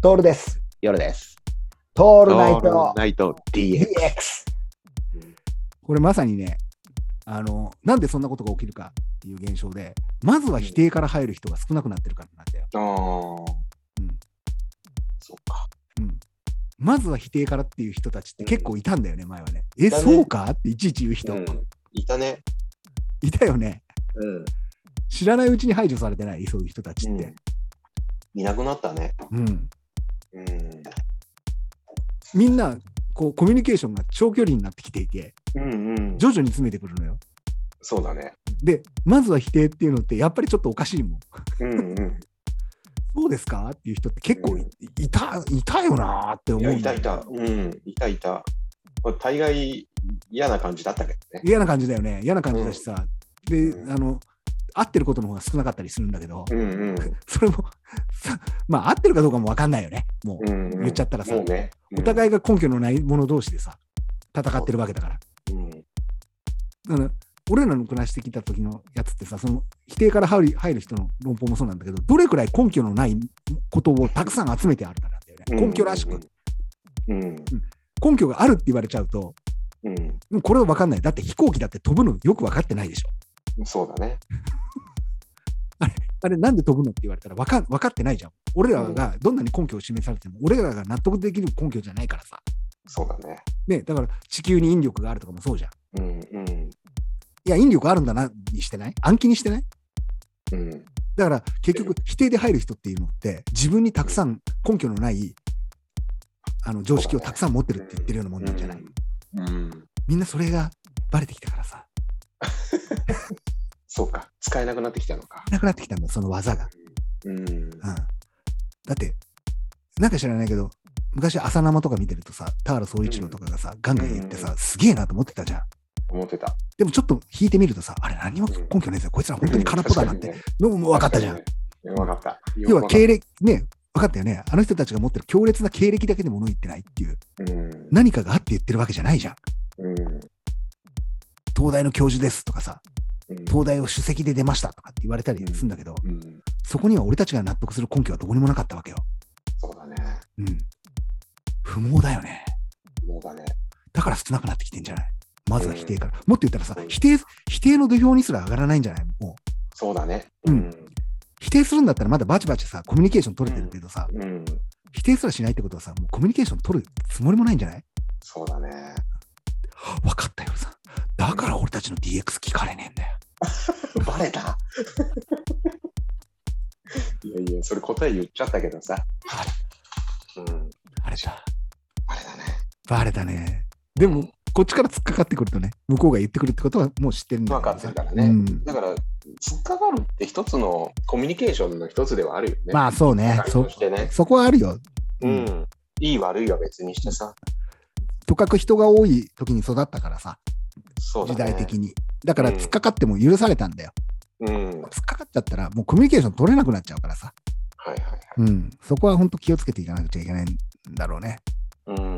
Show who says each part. Speaker 1: トールです。
Speaker 2: 夜です。
Speaker 1: ト
Speaker 2: オ
Speaker 1: ールナイト
Speaker 2: ナイト DX。
Speaker 1: DX。
Speaker 3: これまさにねあのなんでそんなことが起きるかっていう現象でまずは否定から入る人が少なくなってるからなんだよ、
Speaker 2: ああ。
Speaker 3: うん
Speaker 2: そうか。
Speaker 3: うん、まずは否定からっていう人たちって結構いたんだよね前はね
Speaker 2: い
Speaker 3: え
Speaker 2: たね
Speaker 3: そうかっていちいち言う人、
Speaker 2: うん。いたね。
Speaker 3: いたよね
Speaker 2: うん。
Speaker 3: 知らないうちに排除されてないそういう人たちって、
Speaker 2: いなくなったね。
Speaker 3: うん、
Speaker 2: うん。
Speaker 3: みんなこうコミュニケーションが長距離になってきていて
Speaker 2: うんうん。
Speaker 3: 徐々に詰めてくるのよ
Speaker 2: そうだね。
Speaker 3: でまずは否定っていうのってやっぱりちょっとおかしいもん
Speaker 2: うんうん。
Speaker 3: そうですかっていう人って結構い,、たいたよなーって
Speaker 2: い
Speaker 3: 思う
Speaker 2: や、
Speaker 3: ん
Speaker 2: い
Speaker 3: だ
Speaker 2: た
Speaker 3: よ
Speaker 2: いた。うん。いたいた。まあ、大概嫌な感じだったけどね。
Speaker 3: 嫌な感じだよね嫌な感じだしさ、
Speaker 2: うん
Speaker 3: であの合ってることの方が少なかったりするんだけど、
Speaker 2: うんうん。
Speaker 3: それもさまあ合ってるかどうかも分かんないよねもう、
Speaker 2: うんうん、
Speaker 3: 言っちゃったらさ
Speaker 2: もうね。
Speaker 3: お互いが根拠のない者同士でさ戦ってるわけだから
Speaker 2: い。うん。
Speaker 3: だから俺らの暮らしてきた時のやつってさその否定から入る入る人の論法もそうなんだけどどれくらい根拠のないことをたくさん集めてあるかなんだよね根拠らしく。
Speaker 2: うん。
Speaker 3: 根拠があるって言われちゃうと
Speaker 2: うん。
Speaker 3: うんこれは分かんないだって飛行機だって飛ぶのよく分かってないでしょ
Speaker 2: そうだね。
Speaker 3: あれなんで飛ぶのって言われたら分かん分かってないじゃん。俺らがどんなに根拠を示されても、俺らが納得できる根拠じゃないからさ。
Speaker 2: そうだね。
Speaker 3: ね、だから地球に引力があるとかもそうじゃん。
Speaker 2: うんうん。
Speaker 3: いや、引力あるんだなにしてない暗記にしてない
Speaker 2: うん。
Speaker 3: だから結局否定で入る人っていうのって自分にたくさん根拠のないあの常識をたくさん持ってるって言ってるようなもんなんじゃない、
Speaker 2: うん。うん。
Speaker 3: みんなそれがバレてきたからさ。
Speaker 2: そうか。使えなくなってきたのか。
Speaker 3: なくなってきたんだ、その技が。
Speaker 2: うん。
Speaker 3: うん、だって、なんか知らないけど、昔、朝生とか見てるとさ、田原総一郎とかがさ、ガンガン言って
Speaker 2: うん
Speaker 3: さ、すげえなと思ってたじゃん。
Speaker 2: 思ってた。
Speaker 3: でもちょっと引いてみるとさ、あれ、何も根拠ねえぞ、こいつら本当に空っぽだなって、のも分かったじゃん。。
Speaker 2: 分かった。
Speaker 3: 要は
Speaker 2: 営。
Speaker 3: 経歴、ね、分かったよね。あの人たちが持ってる強烈な経歴だけで物言ってないっていう、
Speaker 2: うん。
Speaker 3: 何かがあって言ってるわけじゃないじゃん。
Speaker 2: うん。
Speaker 3: 東大の教授ですとかさ、
Speaker 2: うん
Speaker 3: 東大を首席で出ましたとかって言われたりするんだけど、
Speaker 2: うん。
Speaker 3: そこには俺たちが納得する根拠はどこにもなかったわけよ。
Speaker 2: そうだね。
Speaker 3: うん。不毛だよね。
Speaker 2: そうだね。
Speaker 3: だから少なくなってきてんじゃないまずは否定から。もっと言ったらさ
Speaker 2: う、ん
Speaker 3: 否定、否定の土俵にすら上がらないんじゃないもう。
Speaker 2: そうだね。
Speaker 3: うん。否定するんだったらまだバチバチさ、コミュニケーション取れてるけどさ、
Speaker 2: うん。
Speaker 3: 否定すらしないってことはさ、もうコミュニケーション取るつもりもないんじゃない
Speaker 2: そうだね。
Speaker 3: 分かったよ、さん。だから俺たちの DX 聞かれねえんだよ。
Speaker 2: バレた いやいや、それ答え言っちゃったけどさ。うん。
Speaker 3: あれだ。
Speaker 2: あれだね。
Speaker 3: バレたね。でも、こっちから突っかかってくるとね、向こうが言ってくるってことはもう知ってるんだ
Speaker 2: 分
Speaker 3: け
Speaker 2: か
Speaker 3: ど
Speaker 2: っ
Speaker 3: さ
Speaker 2: てるからね。
Speaker 3: うん
Speaker 2: だから、突っかかるって一つのコミュニケーションの一つではあるよね。
Speaker 3: まあそうね
Speaker 2: 社。会
Speaker 3: そ
Speaker 2: としてね
Speaker 3: そこはあるよ。
Speaker 2: う。ん。いい悪いは別にしてさ。
Speaker 3: とかく人が多い時に育ったからさ、
Speaker 2: そうだ
Speaker 3: 時
Speaker 2: ね。
Speaker 3: 代的に。だから
Speaker 2: うん
Speaker 3: 突っかかっても許されたんだよ。
Speaker 2: うん。はい
Speaker 3: 突っかかっちゃったら、もうコミュニケーション取れなくなっちゃうからさ、
Speaker 2: はいはい。
Speaker 3: うん、そこは本当気をつけていかなくちゃいけないんだろうね。
Speaker 2: うん。